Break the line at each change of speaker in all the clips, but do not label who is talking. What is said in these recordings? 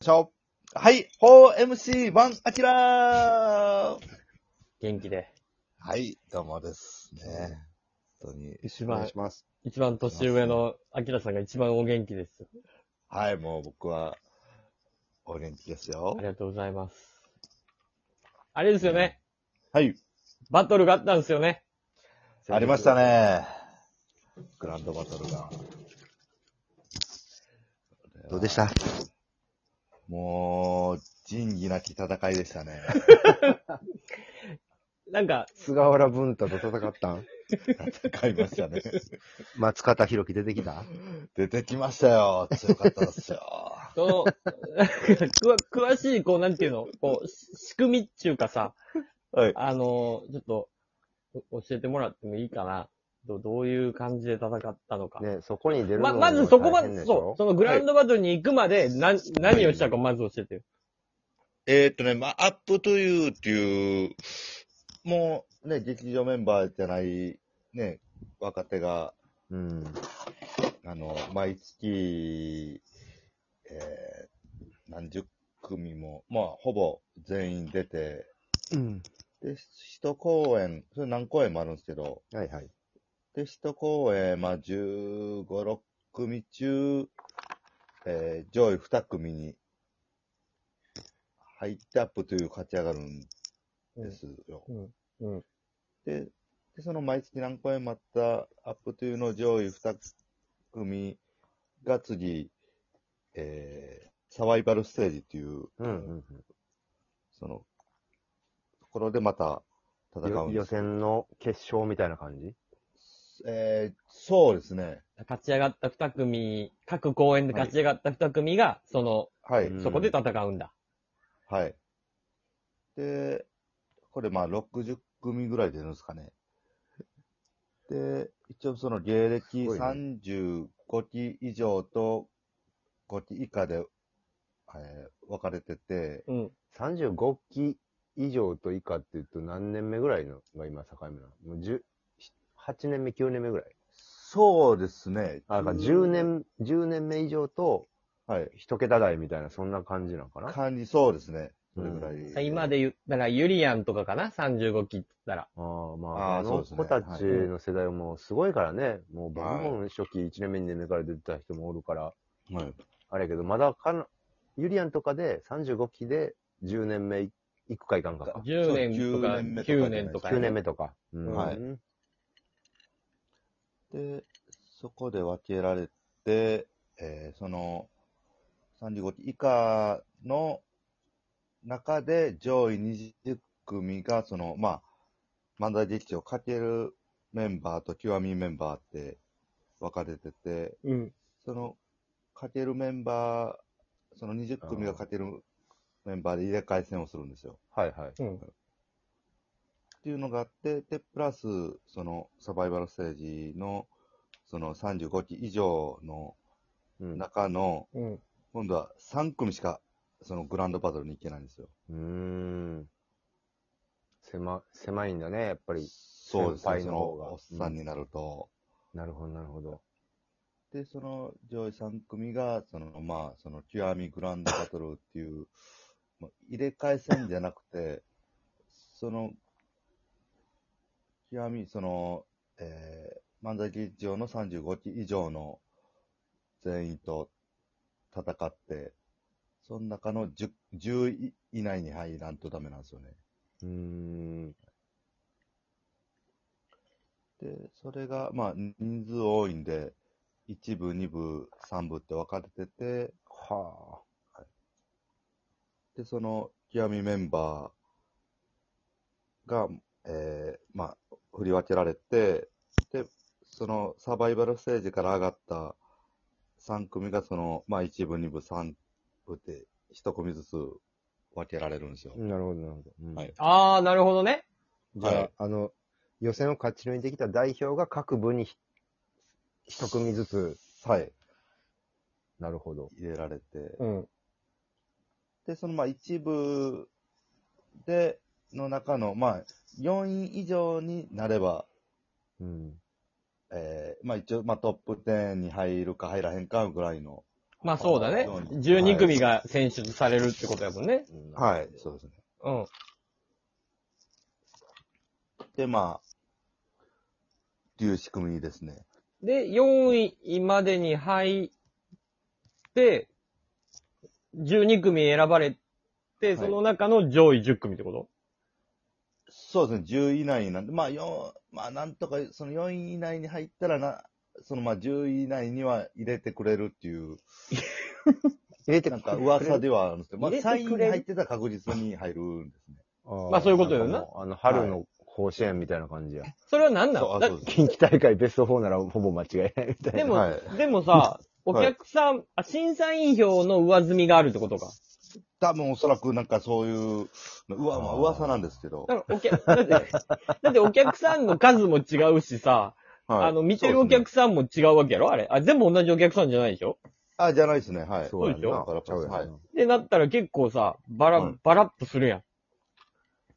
しょはい、4MC1 アキラー
元気で。
はい、どうもです。ね。本当に。
一
お願い
番
し、ます。
一番年上のアキラさんが一番お元気です。
はい、もう僕は、お元気ですよ
あり。がとうございます。あれですよね。
はい。
バトルがあったんですよね。
ありましたね。グランドバトルが。
どうでした
もう、仁義なき戦いで したね。
なんか、
菅原文太と戦ったん
戦いましたね。
松方弘樹出てきた
出てきましたよ。強かったですよ。
その、 なんかくわ詳しい、こう、なんていうの、こう、し仕組みっていうかさ、
はい。
あの、ちょっと、お教えてもらってもいいかな。どどういう感じで戦ったのか。
ね、そこに出る
ま、
の
まずそこま
も大変
で、
しょ
そう、そのグランドバトルに行くまで、な、何をしたかまず教えてよ。
えーっとね、まあ、アップトゥユーっていう、もうね、劇場メンバーじゃない、ね、若手が、
うん。
あの、毎月、えー、何十組も、まあ、ほぼ全員出て、
うん。
で、一公演、それ何公演もあるんですけど、
はいはい。
で、一公演、まあ、15、6組中、えー、上位2組に入ってアップという勝ち上がるんですよ。
うん。うん。
で、でその毎月何公演もあったアップというの上位2組が次、えー、サバイバルステージっていう、
うんうん
その、ところでまた
うん、
戦う
よ
ん
予
ですけど。
選の決勝みたいな感じ
えー、そうですね。
勝ち上がった二組、各公演で勝ち上がった二組が、その、
はい。
うん
そこで戦うんだ。
はい。で、これまあ60組ぐらい出るんですかね。で、一応その芸歴
すごいね
35期以上と5期以下で、えー分かれてて、
うん。
?35 期以上と以下って言うと何年目ぐらいのが今境目なのもう10 8年目、9年目ぐらい。
そうですね。
あ、だから10年、10年目以上と
はい。
一桁台みたいな、そんな感じなのかな
感じそうですね。それぐらい、
今で言う、だからユリアンとかかな ?35期って言ったら。
ああ、ま
あ
あ、
ー
あ
そう
の
ですね
子たちの世代はもうすごいからね、もうバンバン初期1年目、2年目から出てた人もおるから、
はい。
あれやけど、まだかな、ユリアンとかで35期で10年目いくかいかんかか。
10年とか
10年目とか
9年とか。
9年目とか。うん
はいで、そこで分けられて、えーその、35期以下の中で上位20組が、その、まあ、漫才劇場かけるメンバーと極みメンバーって分かれてて、
うん。
その、かけるメンバー、その20組がかけるメンバーで入れ替え戦をするんですよ。
はいはい。
うん。
っていうのがあって、で、プラス、その、サバイバルステージの、その35期以上の
うん。う
中の、
うん。
今度は3組しか、そのグランドバトルに行けないんですよ。
ーん。狭、狭いんだね、やっぱり。
そうですね。
先輩
そ
の
の
方が
おっさんになると。
なるほど、なるほど。
で、その上位3組が、その、まあ、その、極みグランドバトルっていう、まあ入れ替え戦じゃなくて、その、極み、その、えー、漫才劇場の35期以上の全員と戦って、その中の 10, 10位以内に入らんとダメなんですよね。
うーん。
で、それが、まあ、人数多いんで、1部、2部、3部って分かれてて、
は
で、その、極みメンバーが、えー、まあ、振り分けられて、で、その、サバイバルステージから上がった3組が、その、まあ、1部、2部、3部って、1組ずつ分けられるんですよ
あ。。なるほど、なるほど。うん
はい
あー、なるほどね。
じゃあ、
はい
あの、予選を勝ち抜いてきた代表が各部にひ一組ずつ、
はい。
なるほど。
入れられて、
うん。
で、そのまあ一部で、の中の、まあ、4位以上になれば、
うん。
えー、まあ一応、まあトップ10に入るか入らへんかぐらいの
まあそうだね。
はい
12組が選出されるってことやもんね。
うん
はい、そうですね。
うん。
で、まあ、っていう仕組みですね。
で、4位までに入って、12組選ばれて、
い
その中の上位10組ってこと、
そうですね、10位以内なんで、まあ、よまあ、なんとか、その4位以内に入ったらな、そのまあ10位以内には入れてくれるっていう、
入れて
なんか噂
で。
ではあるんですけど、まあ
入れてく
3位
れる
に入ってたら確実に入るんですね。
まあそういうことよ
よ
な
あの、春の甲子園みたいな感じや。
それは何な
そ
の
う
だ
あそうです
近畿大会ベスト4ならほぼ間違いないみたいな。
でも、
はい
でもさ、お客さん、あ、審査員票の上積みがあるってことか。
多分おそらくなんかそういう、うわ、まあ噂なんですけど。
だからお客、 だって、だってお客さんの数も違うしさ、
はい、
あの、見てる
そう
お
ですね
客さんも違うわけやろあれ。あ、全部同じお客さんじゃないでしょ
あ、じゃないですね、はい。
そうや
そうで
な。
しょ
だから
ちゃうやな
はい
で、なったら結構さ、バラ、
はい
バラッとするやん。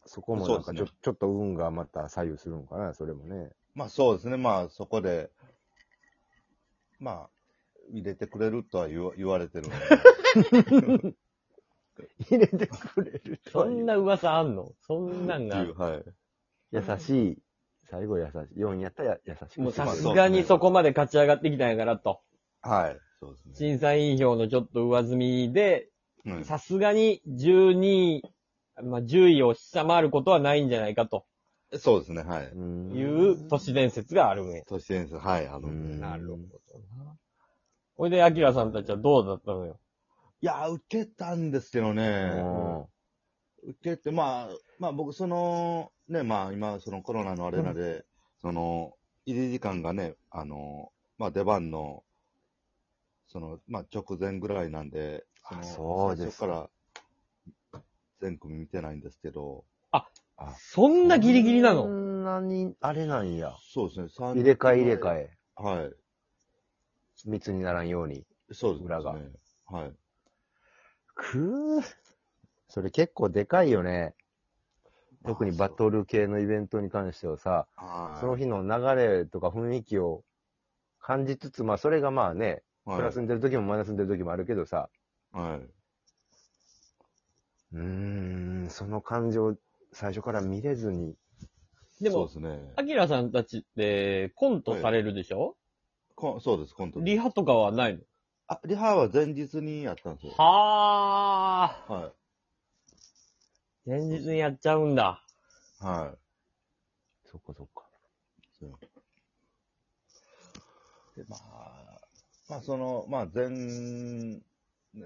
そこもな
そ
んか
うで
ち
す
ょ,、
ね
ちょっと運がまた左右するのかな、それもね。
まあそうですね、まあそこで、まあ、入れてくれるとは言わ言われてるので。
入れてくれると
そ
は言
ん
う
な噂あんのそん なんが
っ。ていうはい。
優しい。最後優しい。4位やったらや優しく
もう
す
さ
る
まあ
す
そう
がにそこまで勝ち上がってきたんやからと。
はい。そうですね。
審査員票のちょっと上積みで、
うん
さすがに12位、まあ、10位を下回ることはないんじゃないかと
そうですね、はい。
うん
いう都市伝説があるんや。
都市伝説、はい、あの、
うん
なるほどな。ほいで、アキラさんたちはどうだったのよ。
いや、受けたんですけどね。
うん
受けて、まあ、まあ僕、その、ね、まあ今、そのコロナのあれなで、その、入り時間がね、あの、まあ出番の、その、まあ直前ぐらいなんで、
あ
の
そうですか
最初から、全組見てないんですけど、
あ
そんなギリギリなの
そんなに、あれなんや。
そうですね、三
入れ替え入れ替
え。
え。
はい。
密にならんように。
そうですね。
裏が
はい。
くー。それ結構でかいよね。特にバトル系のイベントに関してはさ、
はい、
その日の流れとか雰囲気を感じつつ、まあそれがまあね、
はい、
プラスに出る時もマイナスに出る時もあるけどさ、
は
うーん、その感情、最初から見れずに、
い。
で
そう
も
で、すね。
アキラさんたちってコントされるでしょ、
こそうです、コントです
リハとかはないの
あ、リハは前日にやったんですよ。
はあ。
は
前日にやっちゃうんだ。
い。はい。
そっかそっか。
そうで、まあ、まあ、その、まあ、前、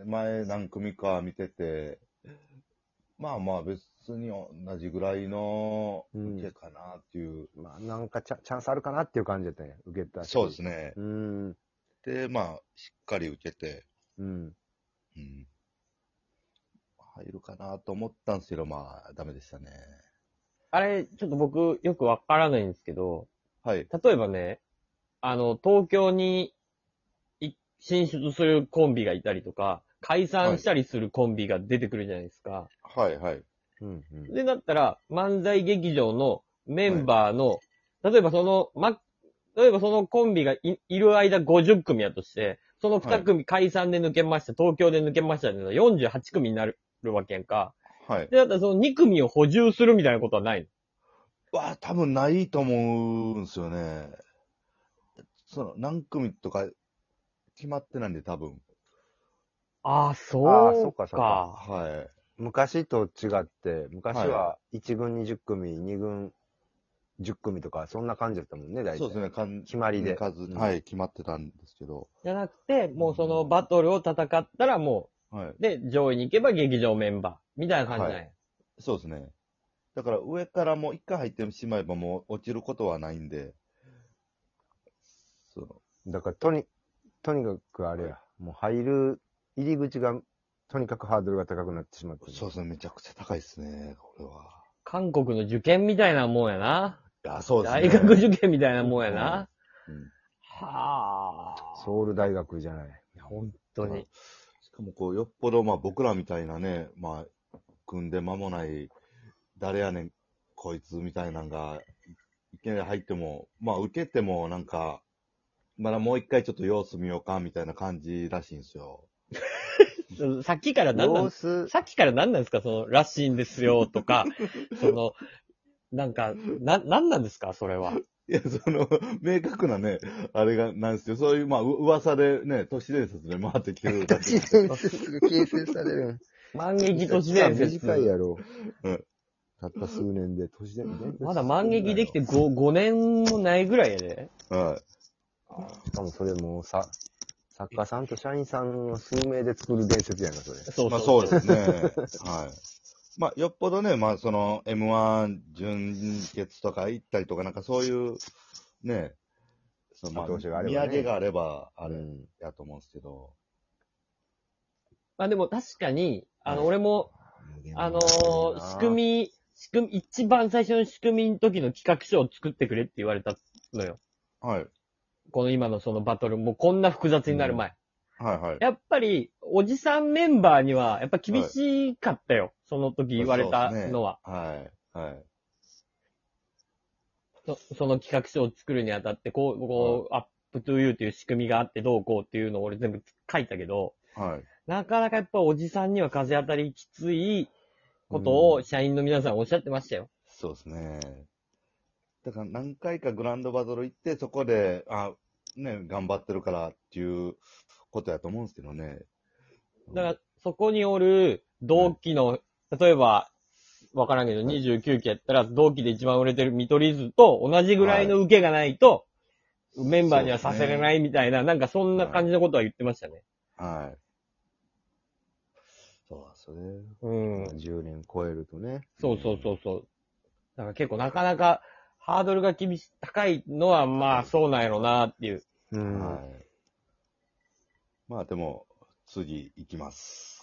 前何組か見てて、まあまあ別に同じぐらいの受けかなっていう。
まあなんかチャチャンスあるかなっていう感じだったね、受けたし。
そうです
ね。
ね。
うーん、
で、まあ、しっかり受けて、
うん。
うん。入るかなと思ったんですけど、まあ、ダメでしたね。
あれ、ちょっと僕よくわからないんですけど、
はい。
例えばね、あの、東京にい進出するコンビがいたりとか、解散したりするコンビが出てくるじゃないですか。
はい、はい。
うん、うん。
で、だったら、漫才劇場のメンバーの、例えばその、ま、例えばそのコンビがいいる間50組やとして、その2組解散で抜けました、東京で抜けましたっていうのは48組になるわけやんか。
はい。
で、だったらその2組を補充するみたいなことはないの
は多分ないと思うんですよね。その、何組とか決まってないんで、多分。
ああ、そうか。
あーそうかそうか
は
昔と違って、昔は
は
1軍20組、2軍10組とか、そんな感じだったもんね、大体。
い。そうですね、かん
決まりで。
数、
うん
はい、決まってたんですけど。
じゃなくて、もうそのバトルを戦ったらも
はい。
う、で、上位に行けば劇場メンバー、みたいな感じなんや。
そうですね。だから上からもう一回入ってしまえばもう落ちることはないんで。その
だから、とに、とにかくあれや、もう入る入り口が、とにかくハードルが高くなってしまって。
そうですね、めちゃくちゃ高いですね、これは。
韓国の受験みたいなもんやな。
いや、そうですね。
大学受験みたいなもんやな。
うん
はあ。
ソウル大学じゃない。
いや本当に。
しかもこう、よっぽどまあ僕らみたいなね、まあ、組んで間もない、誰やねん、こいつみたいなんが、いきなり入っても、まあ受けてもなんか、まだもう一回ちょっと様子見ようかみたいな感じらしいんですよ。
うんさっきから何なん
様子、
さっきから何なんですかその、らしいんですよ、とか、その、なんか、な、何なんですかそれは。
いや、その、 明確なね、あれが、なんですよ。そういう、まあ、う噂でね、都市伝説で回ってきてる
都
だけ
市伝説が形成される。
万劇都市伝説。
短いやろ。
うん
たった数年で都市伝説。
まだ万劇できて 5, 5年もないぐらいやで。
は
しかもそれもうさ、作家さんと社員さんの数名で作る伝説やんか、それ。
そ
い。
う
ま
そう
あ、そうですね。はい。まあ、よっぽどね、まあ、その、M1 準決とか行ったりとか、なんかそういう、ね、そのまあ、
後
土
押しがあればね
土産があれば、あ
う
れ
ん。
やと思うんですけど。
まあでも確かに、あの、
はい
俺も、あのー仕組み、仕組み、一番最初の仕組みの時の企画書を作ってくれって言われたのよ。
はい。
この今のそのバトル、もうこんな複雑になる前。
はいはい。
やっぱり、おじさんメンバーには、やっぱ厳しかったよ。その時言われたのは。
はい。はい。
そその企画書を作るにあたって、こう、こう、アップトゥーユーっていう仕組みがあってどうこうっていうのを俺全部書いたけど、
はい。
なかなかやっぱおじさんには風当たりきついこと
う
を
ん
社員の皆さんおっしゃってましたよ。
そうですね。だから何回かグランドバトル行って、そこで、あ、ね、頑張ってるからっていうことやと思うんですけどね。
だから、そこにおる同期の、例えば、わからんけど
はい
29期やったら同期で一番売れてる見取り図と同じぐらいの受けがないと、メンバーにはさせれないみたいな、なんかそんな感じのことは言ってましたね。
はい。そうなんですよね。
うん。
10年超えるとね。
そうそうそうそう。だから結構なかなかハードルが厳し、高いのはまあそうなんやろなっていう。
うん。
はい。まあでも、次行きます。